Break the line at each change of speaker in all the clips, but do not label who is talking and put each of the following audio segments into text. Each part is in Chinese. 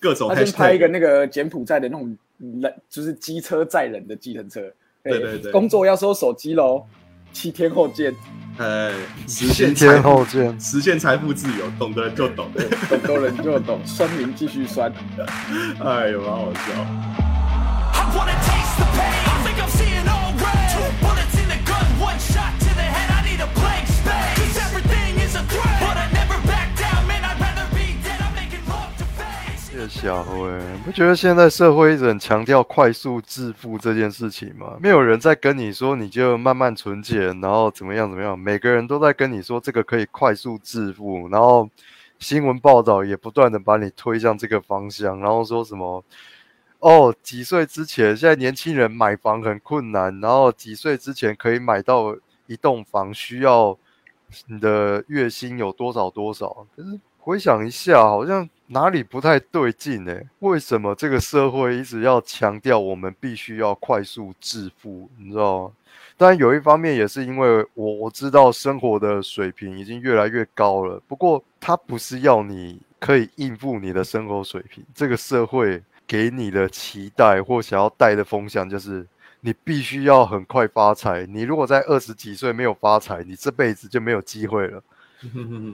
各种
他先拍一个那个柬埔寨的那种人，就是机车载人的计程车。哎
对对对
工作要收手机喽，七天后见。
呃实
七
现财
天
富
后见。
实现财富自由，懂的人就懂。
对懂多人就懂，酸民继续酸。
哎呦，蛮好笑。
I wanna taste the pain. I think I'm seeing all red. Two bullets in the gun, one shot to the head. I need a blank space. 'Cause everything is a threat. But I never back down, man. I'd rather be dead. I'm making love to fame.
谢谢小薇，你不觉得现在社会一直很强调快速致富这件事情吗？没有人在跟你说你就慢慢存钱，然后怎么样怎么样，每个人都在跟你说这个可以快速致富，然后新闻报道也不断的把你推向这个方向，然后说什么哦几岁之前，现在年轻人买房很困难，然后几岁之前可以买到一栋房需要你的月薪有多少多少，可是回想一下，好像哪里不太对劲哎、为什么这个社会一直要强调我们必须要快速致富？你知道吗？但有一方面也是因为我我知道生活的水平已经越来越高了，不过它不是要你可以应付你的生活水平，这个社会给你的期待或想要带的风向就是。你必须要很快发财。你如果在二十几岁没有发财，你这辈子就没有机会了。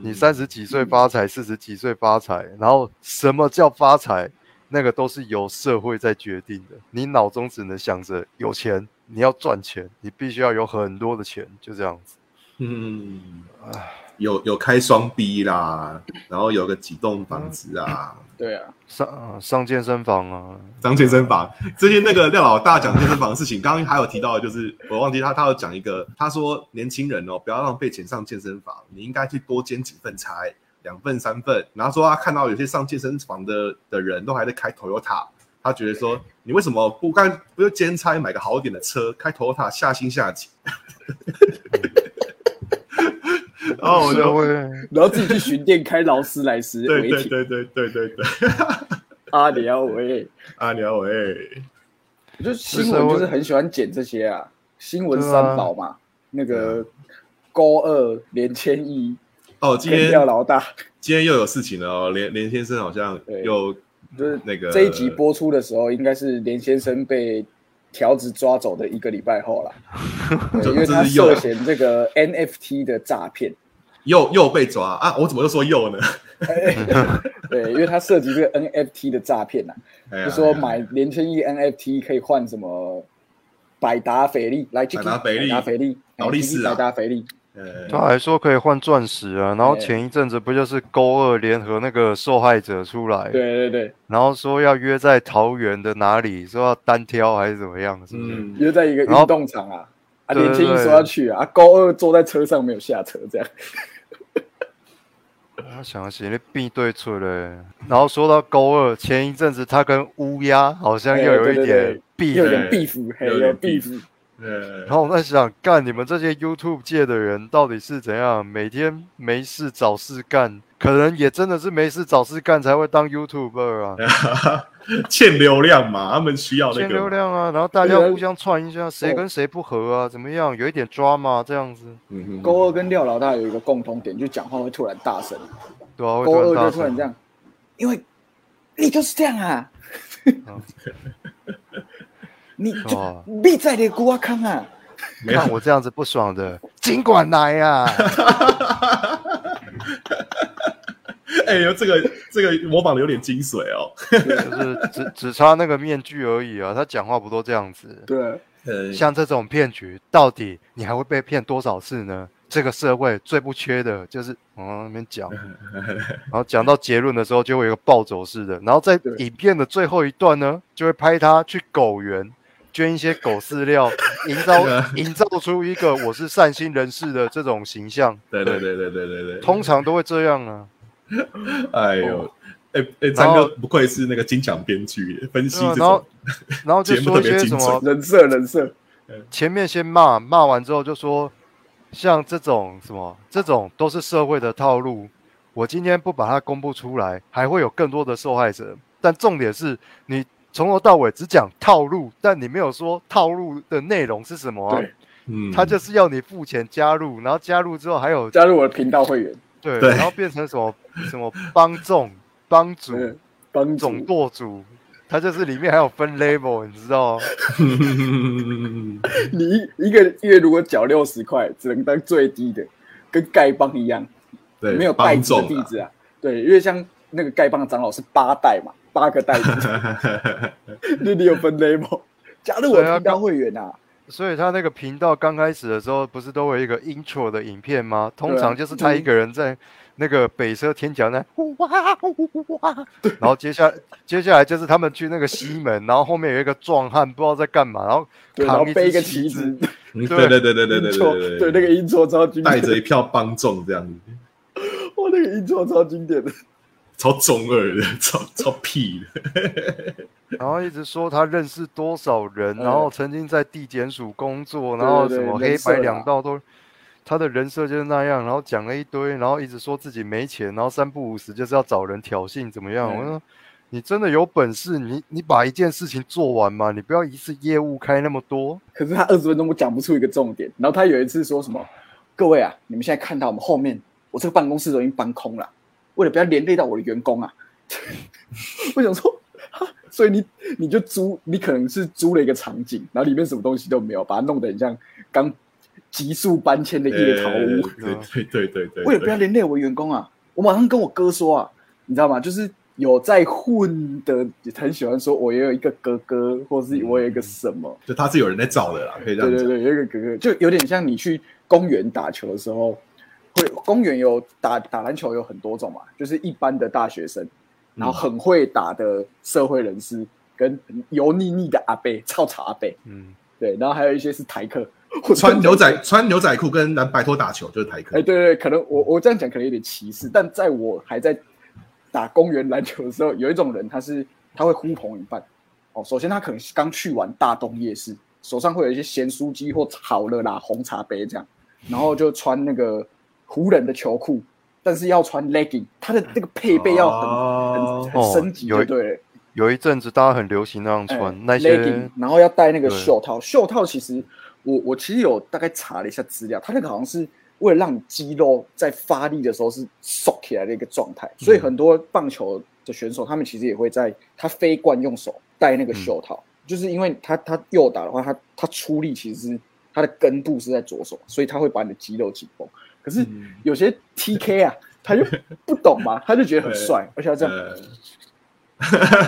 你三十几岁发财，四十几岁发财，然后什么叫发财？那个都是由社会在决定的。你脑中只能想着有钱，你要赚钱，你必须要有很多的钱，就这样子。
嗯， 有有开双 B 啦，然后有个几栋房子啊，
对啊，
上、啊上健身房啊，
张健身房。最近那个廖老大讲健身房的事情，刚刚还有提到，就是我忘记他，他有讲一个，他说年轻人哦，不要浪费钱上健身房，你应该去多兼几份差，两份三份。然后说他看到有些上健身房的的人都还在开 Toyota，他觉得说你为什么不干不就兼差买个好点的车，开 Toyota 下心下 急。然哦后我
社
就嗯
会
然后自己去巡店开劳斯莱斯啊
对
违
对
停
对对对对对，啊
阿里奥维，
阿廖伟，
我就新闻就是很喜欢剪这些啊，新闻三宝
啊
嘛，那个高二连千亿
哦，今
跟
天
廖老大，
今天又有事情了哦，连连先生好像
对
又
就是
那个
这一集播出的时候，应该是连先生被条子抓走的一个礼 拜后了，对因为他
这是又
涉嫌这个 NFT 的诈骗。
又又被抓啊！我怎么又说 又呢？
对，因为他涉及这个 NFT 的诈骗呐，
哎呀
就说买连千亿 NFT 可以换什么百达翡丽，来
百达翡丽
百达翡丽，哎
劳力士啊
百达翡丽，
呃，
他还说可以换钻石啊，然后
对
前一阵子不就是勾二联合那个受害者出来，
对对对，
然后说要约在桃园的哪里，说要单挑还是怎么样，是不是？
嗯，
约在一个
然后
运动场啊，啊，
对
连
对
千亿
对
说要去啊，啊高二坐在车上没有下车，这样，
我想起那必对出嘞，然后说到勾二，前一阵子他跟乌鸦好像
哎
又有
对
一
对
点必
又有点
对
beef，嘿，
有
有
点
beef，
呃
然，后我在想，干你们这些 YouTube 界的人到底是怎样？每天没事找事干，可能也真的是没事找事干才会当 YouTuber
哎
啊，
欠流量嘛，他们需要那
欠流
个，
量啊，然后大家
对啊
互相串一下，谁跟谁不合啊，怎么样，有一点 drama 这样子，
嗯
高二跟廖老大有一个共同点，就讲话会突然大声，
对啊，
高
会突
二
然大
就突然
声
这。样，因为你就是这样啊
哦，
你就
哦
你在的古阿康啊，
没
看
有，
我这样子不爽的，尽管来呀、啊！
哎呦，这个这个模仿的有点精髓哦，
就是只 只差那个面具而已啊，他讲话不都这样子？
对，啊
呃，
像这种骗局，到底你还会被骗多少次呢？这个社会最不缺的就是哦往那 边讲，然后讲到结论的时候，就会有一个暴走式的，然后在
对
影片的最后一段呢，就会拍他去狗园捐一些狗饲料，营 造
啊
营造出一个我是善心人士的这种形象。
对对对对对对对，
通常都会这样啊，
哎呦，哎哎，张哥不愧是那个金奖编剧，分析
对啊
这
然后
种，
然后就
节目
说一
特别
些什
精
么
准
人设人设，
前面先骂，骂完之后就说，像这种什么，这种都是社会的套路。我今天不把它公布出来，还会有更多的受害者。但重点是你从头到尾只讲套路，但你没有说套路的内容是什么啊、
对
嗯，
他就是要你付钱加入，然后加入之后还有
加入我的频道会员，
对，
对
然后变成什么什么帮众、帮主
嗯，帮主
总舵主，他就是里面还有分 level，你知道吗？
你一一个月如果缴六十块，只能当最低的，跟丐帮一样，
对，
没有代
帮
子
众
的弟子啊。对，因为像那个丐帮的长老是八代嘛，八个代子，
啊
那你有分 level。加入我
对啊
频道会员啊，
所以他那个频道刚开始的时候，不是都会有一个 intro 的影片吗？通常就是他一个人在那个北车天桥那哇哇，然后接下接下来就是他们去那个西门，然后后面有一个壮汉不知道在干嘛，然后
对，然后
扛
背一个
支
旗
子
子，，
对对对对对对对
intro，
对
对那个 intro 超经典，
带着一票帮众这样子，
哇，那个 intro 超经典的，
超中二的， 超超屁的，
然后一直说他认识多少人，
嗯
然后曾经在地检署工作，然
对
后
对
什么
人
黑
设
白
啦
两道都，他的人设就是那样，然后讲了一堆，然后一直说自己没钱，然后三不五时就是要找人挑衅怎么样？我
嗯
说你真的有本事，你你把一件事情做完嘛，你不要一次业务开那么多。
可是他二十分钟我讲不出一个重点。然后他有一次说什么：“各位啊，你们现在看到我们后面，我这个办公室都已经搬空了，为了不要连累到我的员工啊。”我想说，哈所以你你就租，你可能是租了一个场景，然后里面什么东西都没有，把它弄得很像刚急速搬迁的夜逃屋。
对对对对对，
为了不要连累我员工啊，我马上跟我哥说啊，你知道吗？就是有在混的，很喜欢说我也有一个哥哥，或是我
嗯
有一个什么。
就他是有人在造的啦，可以这
对
样
对
讲，
对，有一个格格，就有点像你去公园打球的时候，会公园有打打篮球有很多种嘛，就是一般的大学生，然
嗯
后很会打的社会人士，跟油腻腻的阿伯、操场阿伯，
嗯，
对，然后还有一些是台客，我
穿
这样
牛仔穿牛仔裤跟蓝白拖打球就是台
讲，哎，
客，
对对，对可能我我这样讲可能有点歧视，但在我还在打公园篮球的时候，有一种人他是他会呼朋引伴，哦，首先他可能是刚去完大东夜市，手上会有一些咸酥鸡或好了啦红茶杯这样，然后就穿那个湖人的球裤，但是要穿 legging，他的那个配备哎要很、
哦
很很升级，
有
就对了，
有一阵子大家很流行那样
哎
穿，那
legging，
些
然后要戴那个
对
袖套，袖套其实我我其实有大概查了一下资料，它那个好像是为了让你肌肉在发力的时候是耸起来的一个状态，
嗯
所以很多棒球的选手他们其实也会在他非惯用手戴
嗯
那个袖套，就是因为他他右打的话，他他出力其实是他的根部是在左手，所以他会把你的肌肉紧绷。可是
嗯
有些 TK 啊，他就不懂嘛，他就觉得 很帅，而且他这样。
呃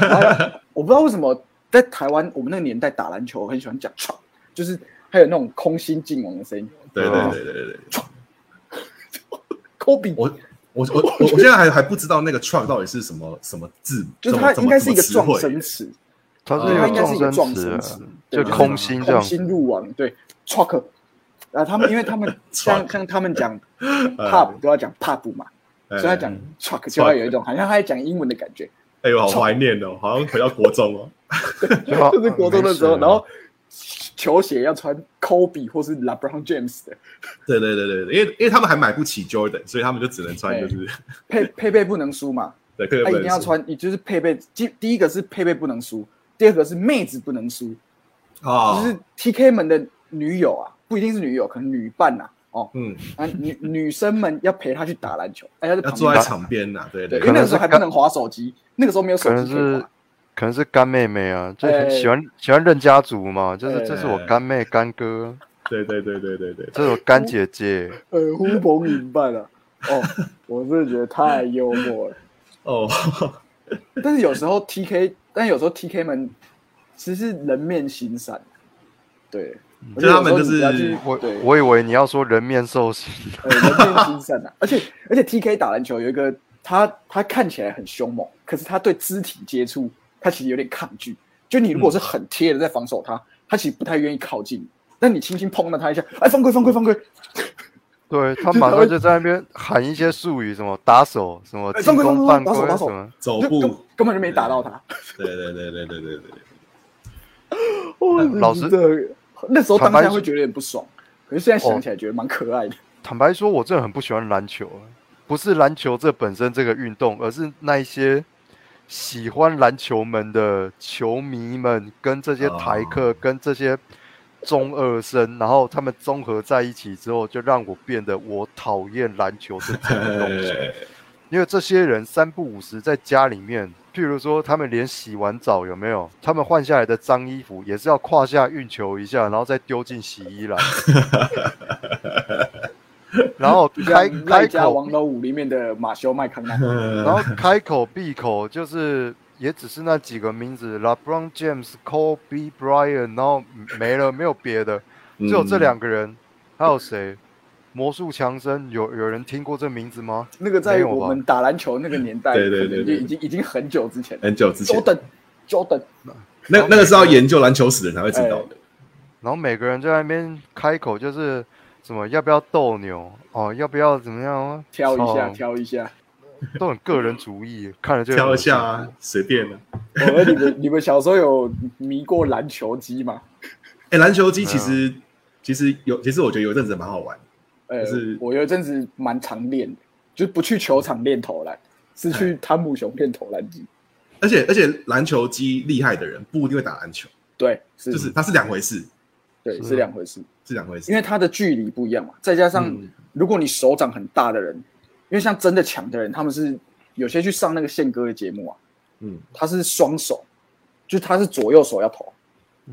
然后我不知道为什么在台湾我们那个年代打篮球，我很喜欢讲“唰”，就是还有那种空心进网的声音。
对
哦
对对对对对，
科比
我我我我我现在还还不知道那个 truck 到底是什么什么字，
就是
什么
它应该是一个
什么
撞
什么词汇
声词，
它
对
它
是有
呃应该是一个
撞
撞
生
声
词啊
词
的，，
对
就
就是
空心这样
空。心入网，对 truck。啊，他们因 为他们像像他们讲
嗯
pub 都要讲 pub 嘛，所以他讲 truck 就要有一种好像他在讲英文的感觉。
哎呦，好怀念哦，好像回到国中哦。
对啊吧
就是国中的时候，
没事
啊
然后球鞋要穿 Kobe 或是 LeBron James 的，
对对对对，对因为因为他们还买不起 Jordan，所以他们就只能穿就是
配配备不能输嘛，
对，各个不
他一
能
定要
输
穿，也就是配备，第第一个是配备不能输，第二个是妹子不能输，
啊
就，是 TK 们的女友啊，不一定是女友，可能女伴呐、哦，
嗯，
啊女女生们要陪他去打篮球，哎，要
要
在旁
坐
边
在
打
场边呐，对
对，
对对
因为那
可能
个
是
时候还不能划手机，那个时候没有手
可能
机可以
是
划，
可能是干妹妹啊，就是喜
哎
欢、喜欢认家族嘛，就是
哎
这是我干妹干哥，
对对对对对对对，
这是我干姐姐。
呃，呼朋引伴啊，哦，我真的觉得太幽默了。
哦，
但是有时候 TK，但有时候 TK 们其实是人面心善，对，我觉得
就他们
有时候你不要
就是
去
我
对
我以为你要说人面兽 心，
呃，人面心善啊。而且而且 TK 打篮球有一个，他他看起来很凶猛，可是他对肢体接触，他其实有点抗拒。就你如果是很贴的在防守他，他其实不太愿意靠近你。但你轻轻碰到他一下，哎，犯规，犯规，犯规，
对他马上就在那边喊一些术语，什么打手，什么
哎
进
上
攻
规
犯
上
规
规打手
什么，
走
就根
步，
根本就没打到他。
对对对对对对对，
哇
老师
哦的，那时候当
坦白哦
下
说
会觉得有点不爽，可是现在想起来觉得蛮可爱的。
坦白说，我真的很不喜欢篮球，啊不是篮球这本身这个运动，而是那一些喜欢篮球们的球迷们，跟这些台客，
哦
跟这些中二生，然后他们综合在一起之后，就让我变得我
哎
讨厌篮球这种东西。
对
因为这些人三不五时在家里面譬如说，他们连洗完澡有没有？他们换下来的脏衣服也是要胯下运球一下，然后再丢进洗衣篮，然后
就
开
像
开
赖家
口
王老五里面的马修麦康纳，
嗯
然后开口闭口就是也只是那几个名字，LeBron James、Kobe Bryant，然后没了，没有别的，只有这两个人，还有谁？魔术强森有有人听过这名字吗？
那个
没
在
有吧
我们打篮球那个年代，
对对
可
对
能就
对
已经已经很久之
哎
前了。
很久之前，
Jordan Jordan
那那个是要研究篮球史的人才会知道的。
然后每个人就在那边开口就是什么要不要斗牛哦，要不要怎么样啊？
挑一下
哦
挑一下，
都很个人主义，看了就
挑一下啊，随便啊。
我说你们你 们小时候有迷过篮球机吗？
哎，篮球机其实其实有，其实我觉得有一阵子蛮好玩。
呃
就是，
我有一阵子蛮常练的，就不去球场练投篮，是
哎
去汤姆熊练投篮机。
而且而且篮球机厉害的人不一定会打篮球，
对，是
就是它是两回事，
对
是
是两回事，
是两回事
因。为它的距离不一样嘛，再加上
嗯
如果你手掌很大的人，因为像真的强的人，他们是有些去上那个宪哥的节目啊，
嗯，
他是双手，就他是左右手要投，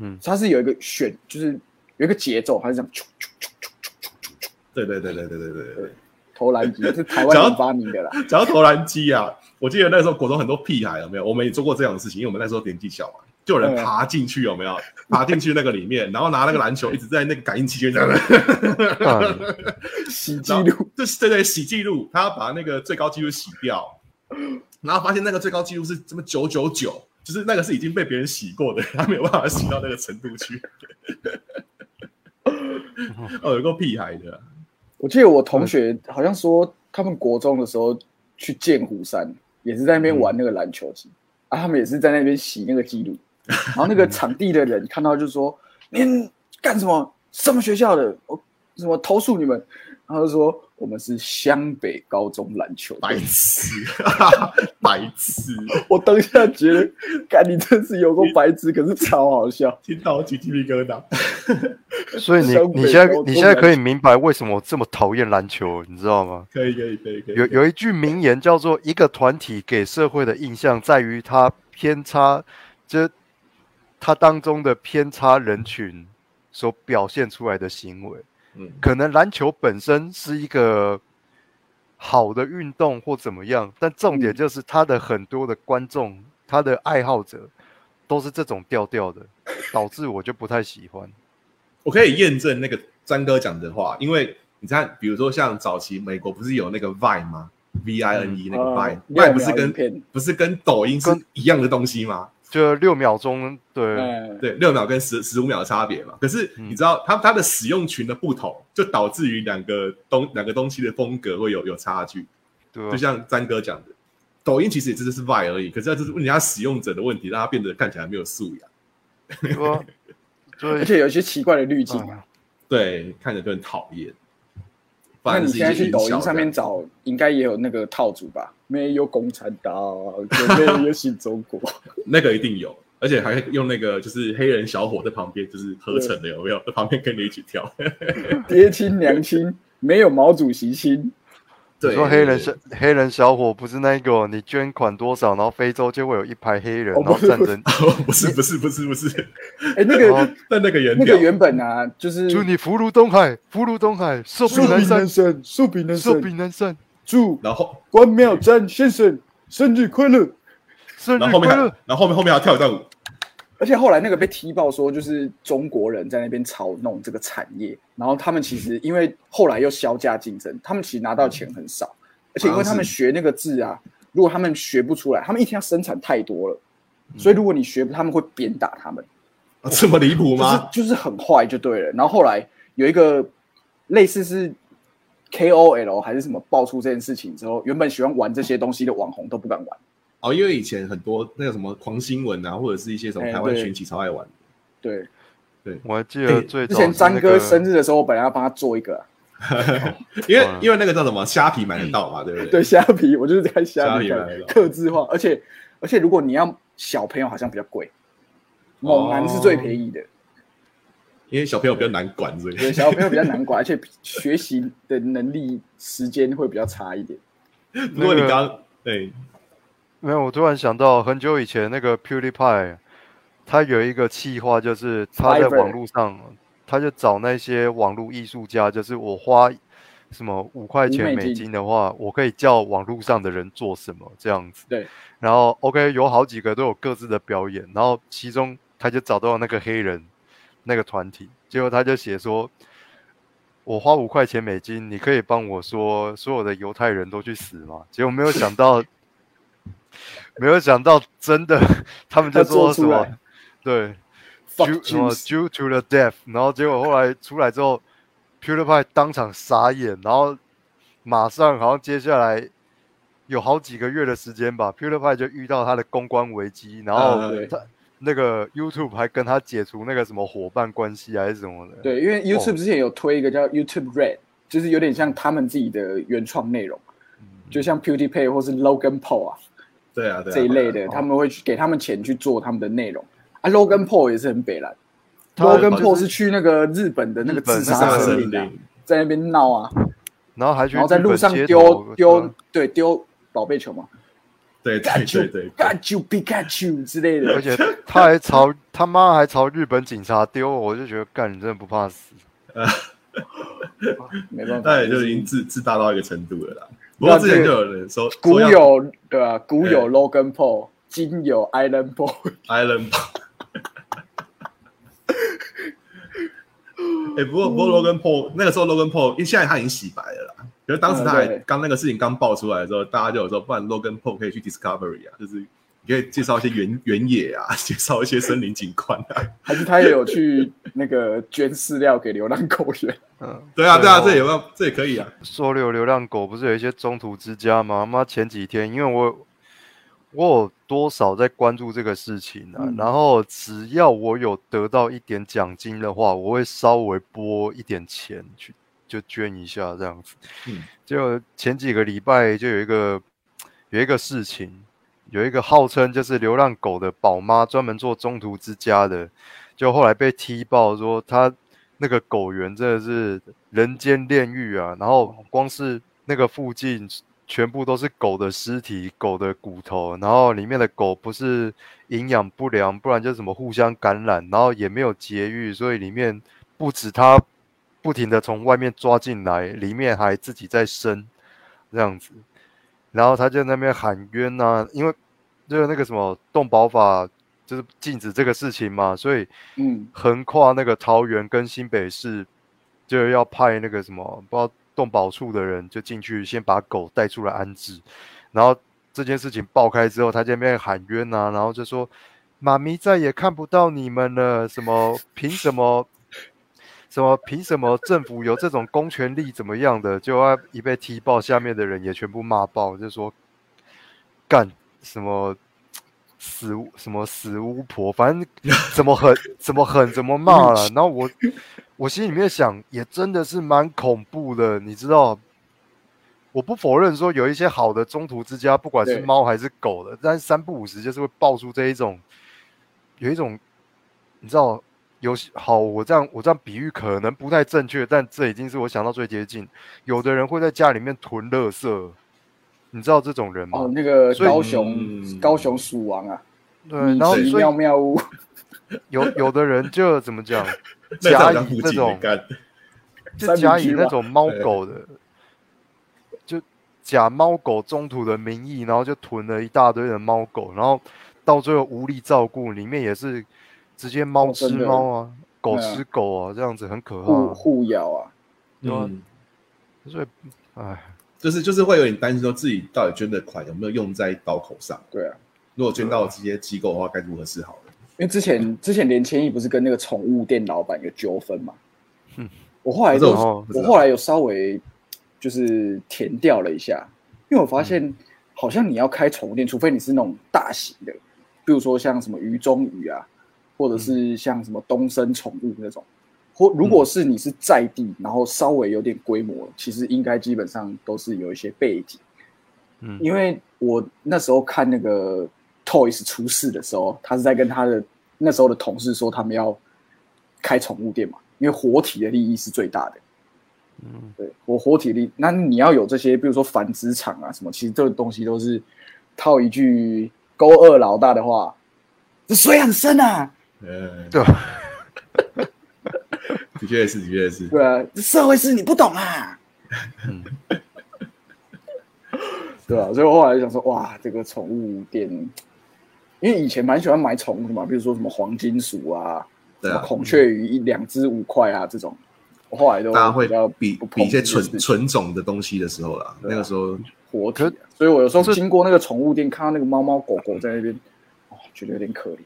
嗯，
他是有一个选，就是有一个节奏，他是这样啾 啾啾啾啾啾啾
对对对对对对对对。
投篮机，是台湾人发明的啦。
讲到投篮机啊，我记得那时候国中很多屁孩有没有？我们也做过这样的事情，因为我们那时候年纪小嘛，啊就有人
嗯
爬进去有没有？爬进去那个里面，然后拿那个篮球一直在那个感应器圈上面，
干
洗记
然后
录，
就是对对洗记录，他要把那个最高纪录洗掉，然后发现那个最高纪录是什么九九九，就是那个是已经被别人洗过的，他没有办法洗到那个程度去。哦，有个屁孩的啊，
我记得我同学好像说，他们国中的时候去剑湖山，也是在那边玩那个篮球机、啊，他们也是在那边洗那个记录，然后那个场地的人看到就说：“你干什么？什么学校的？我什么投诉你们？”然后就说：“我们是湘北高中篮球队。
白痴， 白痴，”
我当下觉得，干你真是有个白痴，可是超好笑。
听到起鸡皮疙瘩。
所以你
湘北
你现在
高中
你现在可以
篮
明白为什么我这么讨厌篮球，你知道吗？
可以可以可以可以，
有有一句名言叫做“一个团体给社会的印象在于它偏差，就是它当中的偏差人群所表现出来的行为”。
嗯
可能篮球本身是一个好的运动或怎么样，但重点
嗯
就是它的很多的观众、它的爱好者都是这种调调的，导致我就不太喜欢。
我可以验证那个詹哥讲的话，因为你看，比如说像早期美国不是有那个 Vine 吗？V I N E 那个
嗯
Vine，Vine、
六秒
不是
影片
跟不是跟抖音是一样的东西吗？
就六秒钟，对，
嗯，
对，六秒跟十十五秒的差别嘛。可是
嗯
你知道它它的使用群的不同，就导致于两个东两个东西的风格会有有差距。
对吧
就像詹哥讲的，抖音其实也只是 Vine 而已，可是它就是问题，它使用者的问题，让它变得看起来没有素养，
对吧？所
而
以
且有一些奇怪的滤镜啊。
嗯
对，看着就很讨厌。
那
反
你
而是一
现在
些
去抖
营销
音上面
这样
找，应该也有那个套组吧？没有共产党，有没有新中国？
那个一定有，而且还用那个就是黑人小伙在旁边，就是合成的有没有？在旁边跟你一起 跳。
爹亲娘亲，没有毛主席亲。
你说黑人小黑人小伙不是那个哦，你捐款多少，然后非洲就会有一排黑人，
哦
然后
不是
战
不
争，
不是不是不是不 是，
哎，那
哦
个
但那个原
那
料
个原本啊，就是
祝你福如东海，福如东海，寿比
寿比
南山
南，山，寿比南
寿
山，
比南山，
祝
然后
关妙瞻先生生日快乐。
生
然
日
后后面
快
还
乐。
然后后面后面还要跳一段舞，
而且后来那个被踢爆说，就是中国人在那边操弄这个产业，然后他们其实因为后来又削价竞争，他们其实拿到钱很少，而且因为他们学那个字啊，如果他们学不出来，他们一天要生产太多了，
嗯
所以如果你学不，他们会鞭打他们，
啊这么离谱
就是
吗？
就是很坏就对了。然后后来有一个类似是 KOL 还是什么爆出这件事情之后，原本喜欢玩这些东西的网红都不敢玩，
哦，因为以前很多那个什么狂新闻啊，或者是一些什么
哎
台湾
对
群体超 爱玩的。
对。
我还记得
哎
最
之
早
前
是
詹
那
哥
个
生日的时候，我本来要帮他做一个啊、
因为
哇
因为那个叫什么虾皮买得到嘛，对不哦对？
对虾皮，我就是在虾
虾皮
皮看
来了
刻字化，而且而且如果你要小朋友好像比较贵，猛男是最便宜的，
因为小朋友比较难管，所以
对小朋友比较难管，而且学习的能力时间会比较差一点。
哎如果你刚对
没有，我突然想到很久以前那个 PewDiePie，他有一个企划，就是他在
Fiverr
网络上，他就找那些网络艺术家，就是我花什么五块钱
美
美
金
金的话，我可以叫网络上的人做什么这样子。
对，
然后 OK 有好几个都有各自的表演，然后其中他就找到那个黑人那个团体，结果他就写说，我花五块钱美金，你可以帮我说所有的犹太人都去死吗？结果没有想到，没有想到真的他们就
他做
说什
出
么
来，
对
Fuck
Jew- 什么
Jews
Jew to the death，然后结果后来出来之后，PewDiePie 当场傻眼，然后马上好像接下来有好几个月的时间吧，PewDiePie 就遇到他的公关危机，然后
嗯
对
哦他、那个 YouTube 还跟他解除那个什么伙伴关系还是什么的，
对，因为 YouTube
哦
之前有推一个叫 YouTube Red，就是有点像他们自己的原创内容，就像 PewDiePie 或是 Logan Paul 啊
对啊，对啊，
这一类的，
哦
他们会去给他们钱去做他们的内容。啊，Logan Paul 也是很北蓝
他
，Logan
就是
Paul 是去那个日本的那个
日本
自
自
杀
杀
森
森
林啊，
林，
在那边闹啊，
然后还去
然后在
日本
路上
街
丢
头啊
丢对丢宝贝球嘛
对对
，Got
对
you
对对，
Got you Pikachu 之类
而
的。
且他还朝他妈还朝日本警察丢，我就觉得干你真的不怕死。
没办法，
那也就已经自自大到一个程度了啦。不过之前就有人说，
古
说要
有对啊，古有
对
Logan Paul，今有 Island Paul，
Island 吧。哎、不过不过 Logan Paul 那个时候 Logan Paul，因为现在他已经洗白了啦。可是当时他
嗯
还
对
刚那个事情刚爆出来的时候，大家就有说，不然 Logan Paul 可以去 Discovery 啊，就是你可以介绍一些原原野啊， 介绍一些森林景观啊。
还是他也有去那个捐饲料给流浪狗园？
嗯，
对啊，对啊，
哦
这也要这也可以啊。
收留流浪狗不是有一些中途之家吗？妈前几天因为我我有多少在关注这个事情啊，
嗯
然后只要我有得到一点奖金的话，我会稍微拨一点钱去就捐一下这样子。
嗯，
就前几个礼拜就有一个有一个事情，有一个号称就是流浪狗的宝妈，专门做中途之家的，就后来被踢爆说他那个狗园真的是人间炼狱啊！然后光是那个附近全部都是狗的尸体、狗的骨头，然后里面的狗不是营养不良，不然就什么互相感染，然后也没有节育，所以里面不止它不停的从外面抓进来，里面还自己在生这样子，然后他就那边喊冤呐、因为就是那个什么动保法就是禁止这个事情嘛，所以
嗯，
横跨那个桃园跟新北市，就要派那个什么不知道动保处的人就进去先把狗带出来安置，然后这件事情爆开之后，他这边喊冤啊，然后就说妈咪再也看不到你们了，什么凭什么？ 什么凭什么政府有这种公权力怎么样的？就要一被踢爆，下面的人也全部骂爆，就说干什么死巫什么死巫婆，反正怎么狠怎么狠怎么骂了。然后我我心里面想，也真的是蛮恐怖的，你知道。我不否认说有一些好的中途之家，不管是
对
猫还是狗的，但是三不五时就是会爆出这一种，有一种你知道，有些好，我这样我这样比喻可能不太正确，但这已经是我想到最接近。有的人会在家里面囤垃圾，你知道这种人吗？
哦，那个
所以
高雄、
嗯，
高雄鼠王啊，
对，
米
然后
奇
所以
妙妙屋，
有有的人就怎 么讲
那
甲
好
乙
像附
那
近
种
干，
就
三
甲
明
乙
治
那
吧
种猫
对
狗的，就假猫狗中途的名义，然后就囤了一大堆的猫狗，然后到最后无力照顾，里面也是直接猫
哦
吃
真的
猫啊，狗
对啊
吃狗啊，这样子很可
互
怕。
互咬啊，
嗯，
所以，哎，
就是就是会有点担心说自己到底捐的款有没有用在刀口上，
对啊，
如果捐到这些机构的话，该如何是好呢？
因为之
嗯
前之前连千亿不是跟那个宠物店老板有纠纷嘛
哼，
我后来
这
就
我嗯不知
我
道
后来有稍微就是填掉了一下，因为我发
嗯
现好像你要开宠物店，除非你是那种大型的，比如说像什么鱼中鱼啊，或者
嗯
是像什么东升宠物那种，或如果是你是在地，然后稍微有点规模，其实应该基本上都是有一些背景。
嗯，
因为我那时候看那个 Toys 出事的时候，他是在跟他的那时候的同事说他们要开宠物店嘛，因为活体的利益是最大的。
嗯
对，我活体力，那你要有这些，比如说繁殖场啊什么，其实这个东西都是套一句勾二老大的话，这水很深啊，
嗯，
对，
的确是，的确是。
对啊，这社会事你不懂啊，
嗯，
对啊，所以我后来就想说，哇，这个宠物店，因为以前蛮喜欢买宠物的嘛，比如说什么黄金鼠啊，
对
什么
啊，
孔雀鱼一两只五块啊这种，我后来都
大家会
比较
比
不碰
比一些
这件
纯
事情
纯种的东西的时候啦，
对啊
那个时候
活体啊、
可
所以我有时候
这
经过那个宠物店，看到那个猫猫狗狗在那边，哦，觉得有点可怜。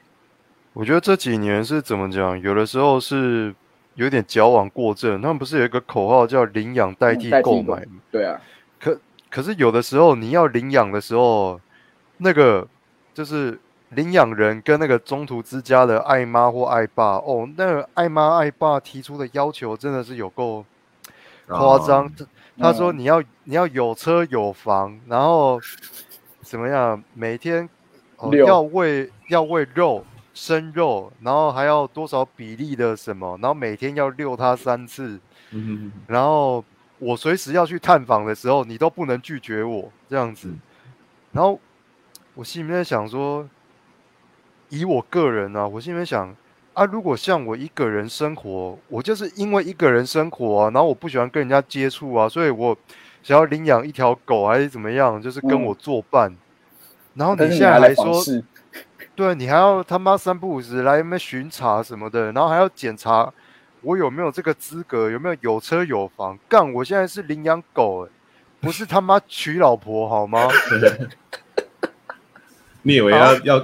我觉得这几年是怎么讲，有的时候是有点矫枉过正。他们不是有一个口号叫“领养代替
嗯代替购
购买”吗？
对啊，
可可是有的时候你要领养的时候，那个就是领养人跟那个中途之家的爱妈或爱爸哦，那个爱妈爱爸提出的要求真的是有够夸张。
啊
他他说你要你要有车有房，然后怎么样，每天、哦、
遛
要喂要喂肉。生肉，然后还要多少比例的什么，然后每天要遛它三次，
嗯
然后我随时要去探访的时候，你都不能拒绝我这样子
嗯。
然后我心里面在想说，以我个人啊，我心里面想啊，如果像我一个人生活，我就是因为一个人生活啊，然后我不喜欢跟人家接触啊，所以我想要领养一条狗还是怎么样，就是跟
嗯
我作伴。然后
但
你
是
现
你还
在
来
还
访
说，
视，
对啊你还要他妈三不五时来那边巡查什么的，然后还要检查我有没有这个资格，有没有有车有房。干，我现在是领养狗、欸，不是他妈娶老婆好吗？
哼，你以为要呃要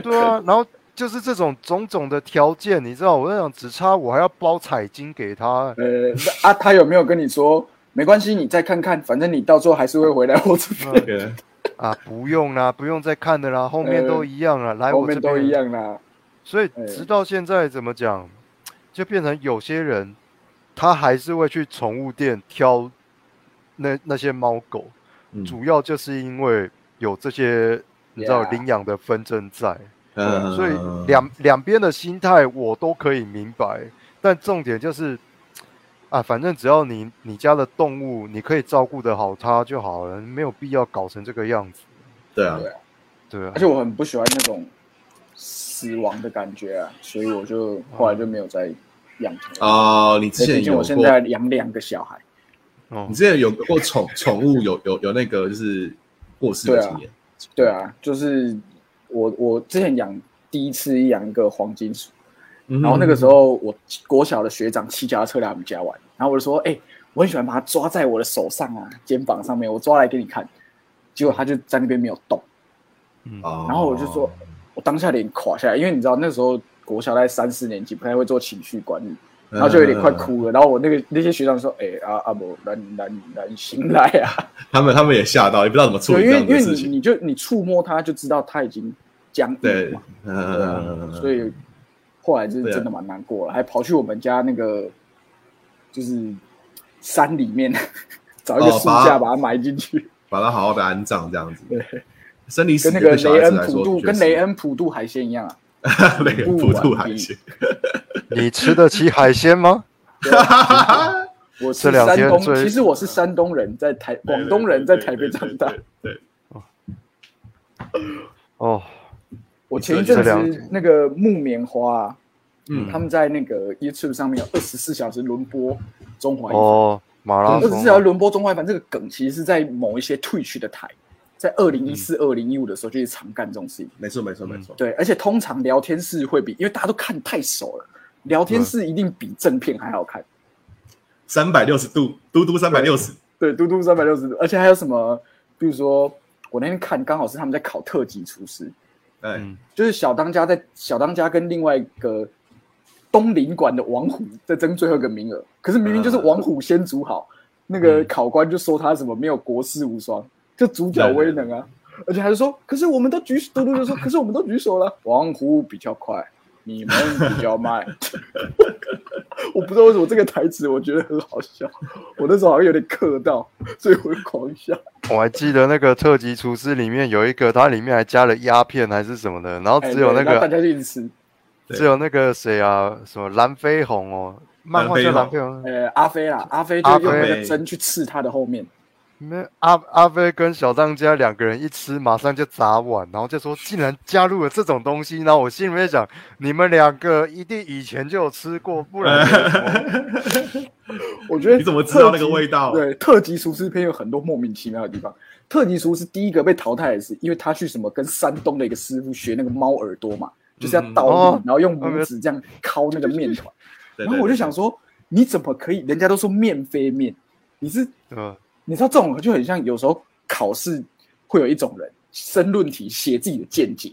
对啊，然后就是这种种种的条件，你知道，我在想只差我还要包彩金给他、欸。
呃，那啊，他有没有跟你说没关系，你再看看，反正你到最后还是会回来我这边，
那个
啊，不用啦，不用再看的啦，后面都
呃
一样啊了，来
后
我这
面都
边
一。样啦。
所以
哎
直到现在怎么讲，就变成有些人他还是会去宠物店挑那那些猫狗，
嗯
主要就是因为有这些你知道
Yeah
领养的纷争在，
嗯
所以两两边的心态我都可以明白，但重点就是。啊，反正只要你你家的动物，你可以照顾得好它就好了，没有必要搞成这个样子，
对啊，
对
对啊
而。且我很不喜欢那种死亡的感觉啊，所以我就后来就没有再养宠物。
哦，你之
因为
前
毕竟
有
我现在
过，
养两个小孩，
哦
你之前有过宠宠物有有有那个就是过世的
对啊
经验，
对
嗯
啊，就是我我之前养第一次养一个黄金鼠，
嗯哼
然后那个时候我国小的学长骑脚踏车来我们家玩，然后我就说，哎、我很喜欢把它抓在我的手上啊，肩膀上面，我抓来给你看。结果他就在那边没有动，
哦，
然后我就说，我当下脸垮下来，因为你知道那时候国小在三四年级不太会做情绪管理，
嗯，
然后就有点快哭了。然后我那个那些学长说，哎、啊啊不，那那那你醒来啊，
他们他们也吓到，也不知道怎么处
对，
理
因
这
为
样
因为
的事
你
情，
你就你触摸它就知道它已经僵硬了
对
嘛，，
嗯
对啊
嗯，嗯
所以后来就是
对啊
真的蛮难过了，还跑去我们家那个就是山里面 找一个
哦
树
把它
架把它埋进去，
把它好好的安葬这样子
对，
生离死
跟
别
那个
对小
雷
孩子
恩
来
普
说，
渡
的确
跟
是
雷恩普渡海鲜一样啊，
雷恩普渡海鲜，
你吃得起海鲜吗？
我是
这两
山
天
东，
最
其实我是山东人，在台广东人在台北长大
对。，对对对
哦，
我前一阵
这两
子那个木棉花、啊，
嗯
他们在那个 YouTube 上面有二十四小时轮播中华一番。
哦，马拉
二十
松
四
啊。
小时轮播中外版这个梗，其实是在某一些退去的台，在二零一
嗯
四、二零一五的时候，就是常干这种事情。
没错没错没错，
对，而且通常聊天室会比，因为大家都看太熟了，聊天室一定比正片还好看。
三百六十度，嘟嘟三百六十，
对，嘟嘟三百六十度，而且还有什么，比如说我那天看，刚好是他们在考特级厨师，
哎，
嗯
就是小当家在小当家跟另外一个东林馆的王虎在争最后一个名额，可是明明
嗯
就是王虎先煮好，那个考官就说他什么没有国士无双，就主角威能啊，而且还是说，可是我们都举嘟嘟就说，可是我们都举手了，王虎比较快，你们比较慢。 我不知道为什么这个台词我觉得很好笑，我那时候好像有点磕到，所以我会狂笑。
我还记得那个特级厨师里面有一个，它里面还加了鸦片还是什么的，然后
哎
只有
对
那
然后大
个、
家就一直吃，
对
只有那个谁啊，什么蓝飞鸿哦，漫画叫蓝
蓝
飞
飞
鸿，
哎呃，阿飞啦，阿飞就用
阿
那
飞
个针去刺他的后面。
没阿阿飞跟小当家两个人一吃，马上就砸碗，然后就说竟然加入了这种东西，然后我心里面想，你们两个一定以前就有吃过，不然为什么
我觉得
你怎么知道那个
特辑
味道
对，特级厨师篇有很多莫名其妙的地方。特级厨师第一个被淘汰的是，因为他去什么跟山东的一个师傅学那个猫耳朵嘛，就是要
嗯
倒立，
哦
然后用拇指这样敲那个面团。
对
然后我就想，说，你怎么可以？人家都说面非面，你是
对吧？
你知道这种就很像有时候考试会有一种人申论题写自己的见解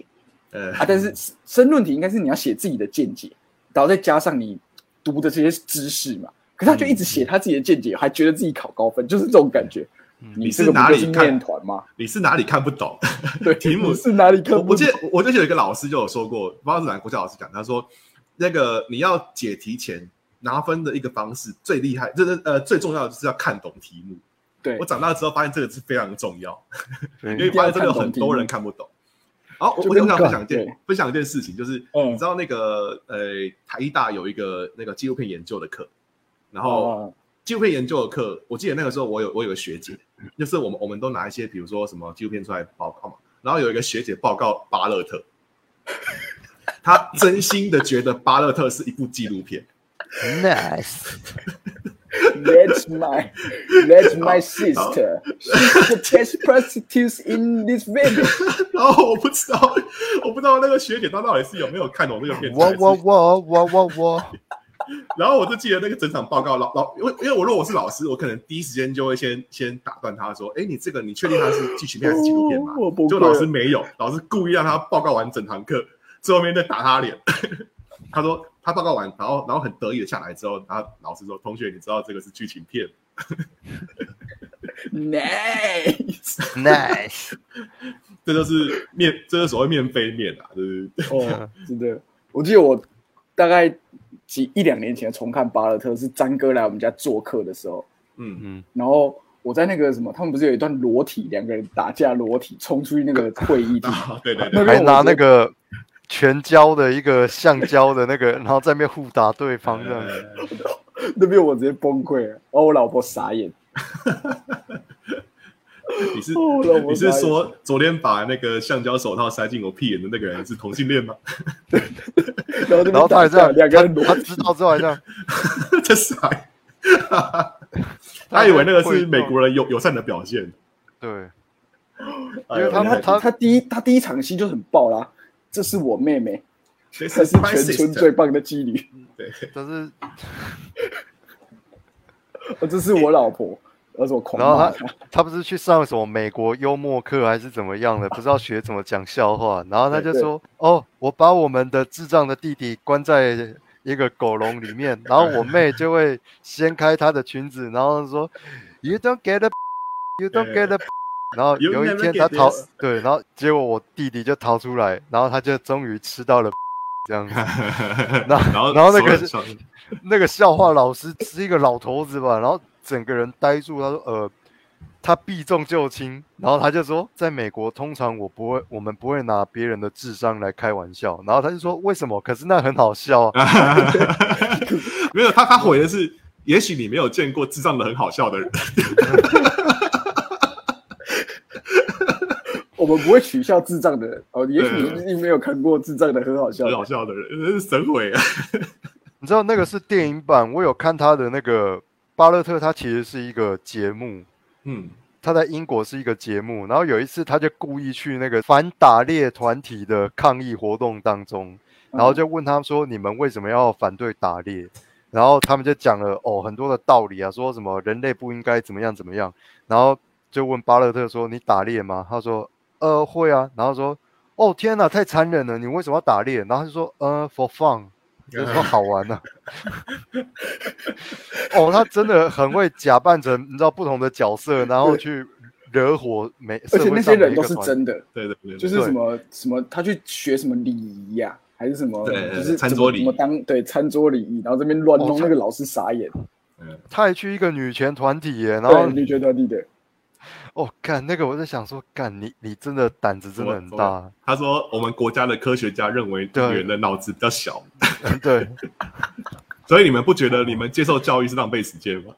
对对
啊，但是申论题应该是你要写自己的见解，然后再加上你读的这些知识嘛。可是他就一直写他自己的见解，还觉得自己考高分，就是这种感觉。
嗯
你这个不就是面团 吗？
你是哪里看不懂？
对，
题目
你是哪里
我
看
我
不
记
懂
得？我就有一个老师就有说过，不知道是哪个国家老师讲，他说那个你要解题前拿分的一个方式最厉害，这是呃最重要的就是要看懂题目。
对
我，长大之后发现这个是非常重要，因
对
为发现真的有很多人看不懂。然后我
就
我
跟
想分享一
对
件分享一件事情，就是
嗯
你知道那个呃台医大有一个那个纪录片研究的课，然后
哦，
纪录片研究的课，我记得那个时候我有我有个学姐，就是我们我们都拿一些比如说什么纪录片出来报告嘛，然后有一个学姐报告巴勒特，她真心的觉得巴勒特是一部纪录片，
nice，
That's my that's my sister. She's the best prostitute in this village.
然后我不知道我不知道那个学姐她到底是有没有看懂这个片子，
哇
还是
哇哇哇哇哇，
然后我就记得那个整场报告，老老，因为因为我如果我是老师，我可能第一时间就会先先打断他说：“哎，你这 个你确定它是剧情片还是纪录片吗
哦我崩溃？”
就老师没有，老师故意让他报告完整堂课，最后面再打他脸。 他说他报告完，然后然后很得意的下来之后，然后老师说：“同学，你知道这个是剧情片吗
Nice.
nice，
这就是面，这就是所谓面非面啊，就是
哦，真的，我记得我大概几一两年前重看巴勒特，是詹哥来我们家做客的时候，
嗯，
嗯，
然后我在那个什么，他们不是有一段裸体，两个人打架裸体冲出去那个会 议厅，
啊，对对对，
那
还
边
拿
我觉得
那个全胶的一个橡胶的那个，然后在那边互打对方这样子。
呃
那边我直接崩溃了，然后我老婆傻眼，
你是
哦，我老婆
你是
傻眼
说昨天把那个橡胶手套塞进我屁眼的那个人是同性恋吗？
然后那边
然后他
打
还这
架
样，
两个人裸
他他
体
知道之后还这样，
这是还， 他以为那个是美国人友友善的表现，哎因
对，因为
他
他们
他他第一他第一场戏就很爆啦，这是我妹妹，
这
她
是
是全 村最棒的妓女，
但是
哦这是我老婆，而且我狂
然后
骂
他
她，
他不是去上什么美国幽默课还是怎么样的，不知道学怎么讲笑话，然后他就
对
说：“哦，我把我们的智障的弟弟关在一个狗笼里面，然后我妹就会掀开她的裙子，然后说：‘You don't get a, you don't get a’。”然 后
You
有一
never
天他
get
逃
this
对，然后结果我弟弟就逃出来，然后他就终于吃到了 这样子。然后
然后
然后那个
手很爽
那个笑话老师是一个老头子吧，然后整个人呆住，他说：“呃，他避重就轻。”然后他就说：“在美国，通常我不会，我们不会拿别人的智商来开玩笑。”然后他就说：“为什么？可是那很好笑啊。
没有他他回的是，也许你没有见过智障的很好笑的 人，
我们不会取笑智障的人哦，也许你没有看过智障的很好笑
很，好笑的人， 这是啊神回啊，
你知道那个是电影版，我有看他的那个巴勒特，他其实是一个节目，
嗯，
他在英国是一个节目，然后有一次他就故意去那个反打猎团体的抗议活动当中，然
嗯
后就问他们说：“你们为什么要反对打猎？”然后他们就讲了哦很多的道理啊，说什么人类不应该怎么样怎么样，然后就问巴勒特说：“你打猎吗？”他说：“呃，会啊。”然后说：“哦天哪，太残忍了，你为什么要打猎？”然后他就说：“呃，for fun。”就说好玩呢、哦，他真的很会假扮成你知道不同的角色，然后
对
去惹火每，
而
社
且
会
那
上
些人
每一
都
个
是
团
真的，
对对对，
就是什么什么，他去学什么礼仪呀，还是什么，
对对
就是
餐
怎么
桌礼仪
怎么当对餐桌礼仪，然后这边乱
哦
弄，
他
那个老师傻眼，
他还去一个女权团体耶，然后
对，女权团体的，
哦，干那个我在想说，干你你真的胆子真的很大，
他说我们国家的科学家认为女
对
人的脑子比较 小，
对，
所以你们不觉得你们接受教育是浪费时间吗？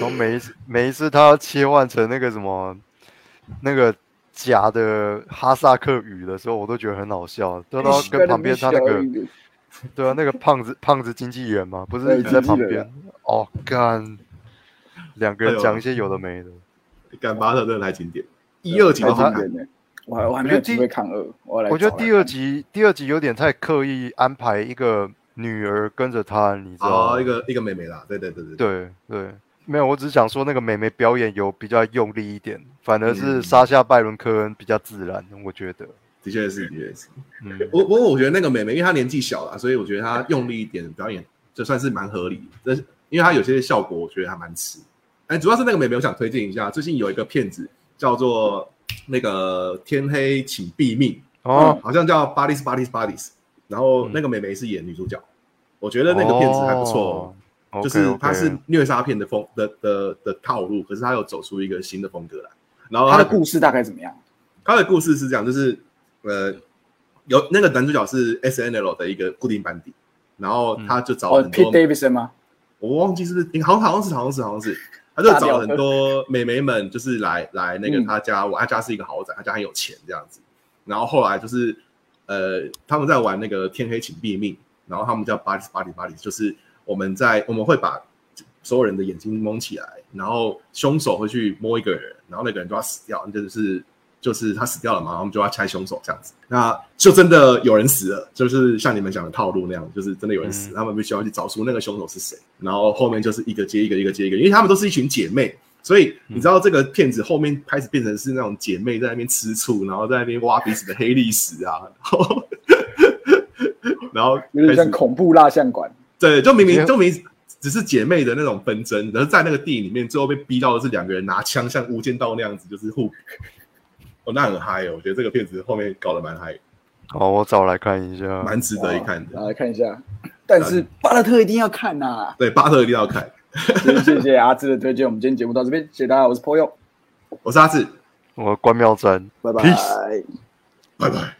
然后每一次每一次他要切换成那个什么那个假的哈萨克语的时候，我都觉得很好笑，都要跟旁边他那个对啊那个胖子胖子经纪人嘛，不是
对
一直在
经
旁
纪人
边哦干，两个
哎
人
呦
讲一些有的没的。
干巴特真的太经典，一二集都好
哎他
看。
看。我还我还没有机会看二，我来。
我觉得第二，集第二集有点太刻意安排一个女儿跟着他，你知道吗？
哦，一个一个妹妹啦，对对对对，
对对，没有，我只是想说那个美眉表演有比较用力一点，反而
嗯
是沙夏拜伦科恩比较自然，我觉得。
的确是的确是。
嗯，
我不过我觉得那个妹妹，因为她年纪小啦，所以我觉得她用力一点表演，就算是蛮合理。但是因为她有些效果，我觉得还蛮吃。哎，主要是那个妹妹，我想推荐一下，最近有一个片子叫做那个《天黑请闭命》，
哦，
好像叫《Bodies Bodies Bodies》，然
嗯
后那个妹妹是演女主角，我觉得那个片子还不错、哦。
哦
就是它
OK，OK
是虐杀片的风的的的套路，可是它又走出一个新的风格来。然后它
他的
的
故事大概怎么样？
它的故事是这样，就是呃，有那个男主角是 S N L 的一个固定班底，然后他就找
哦
很多
，Pete，Davidson 吗？
我忘记是不是，好像好像是好像是好像是，他就
大表
找
哥
很多美眉们，就是来来那个
嗯
他家，我他家是一个豪宅，他家很有钱这样子。然后后来就是呃，他们在玩那个《天黑请闭命》，然后他们叫 Body Body Body，就是我们在我们会把所有人的眼睛蒙起来，然后凶手会去摸一个人，然后那个人就要死掉，就是就是他死掉了嘛，然后我们就要猜凶手这样子。那就真的有人死了，就是像你们讲的套路那样，就是真的有人死，
嗯
他们必须要去找出那个凶手是谁，然后后面就是一个接一个，一个接一个，因为他们都是一群姐妹。所以你知
嗯
道这个片子后面开始变成是那种姐妹在那边吃醋，然后在那边挖彼此的黑历史啊， 然后然后
有点
开
像
始
恐怖蜡像馆。
对，就明
结
明
合
就明明只是姐妹的那种纷争，然后在那个电影里面，最后被逼到的是两个人拿枪，像《无间道》那样子，就是互。 哦，那很嗨哦！我觉得这个片子后面搞得蛮嗨，
好，我找来看一下。
蛮值得一看的。
好来看一下。但是巴勒特一定要看啊呐、
对，巴特一定要看。
所以 谢谢阿志的推荐，我们今天节目到这边，谢谢大家，我是 Poyo，
我是阿志，
我关妙真，
拜拜。
Peace
拜拜。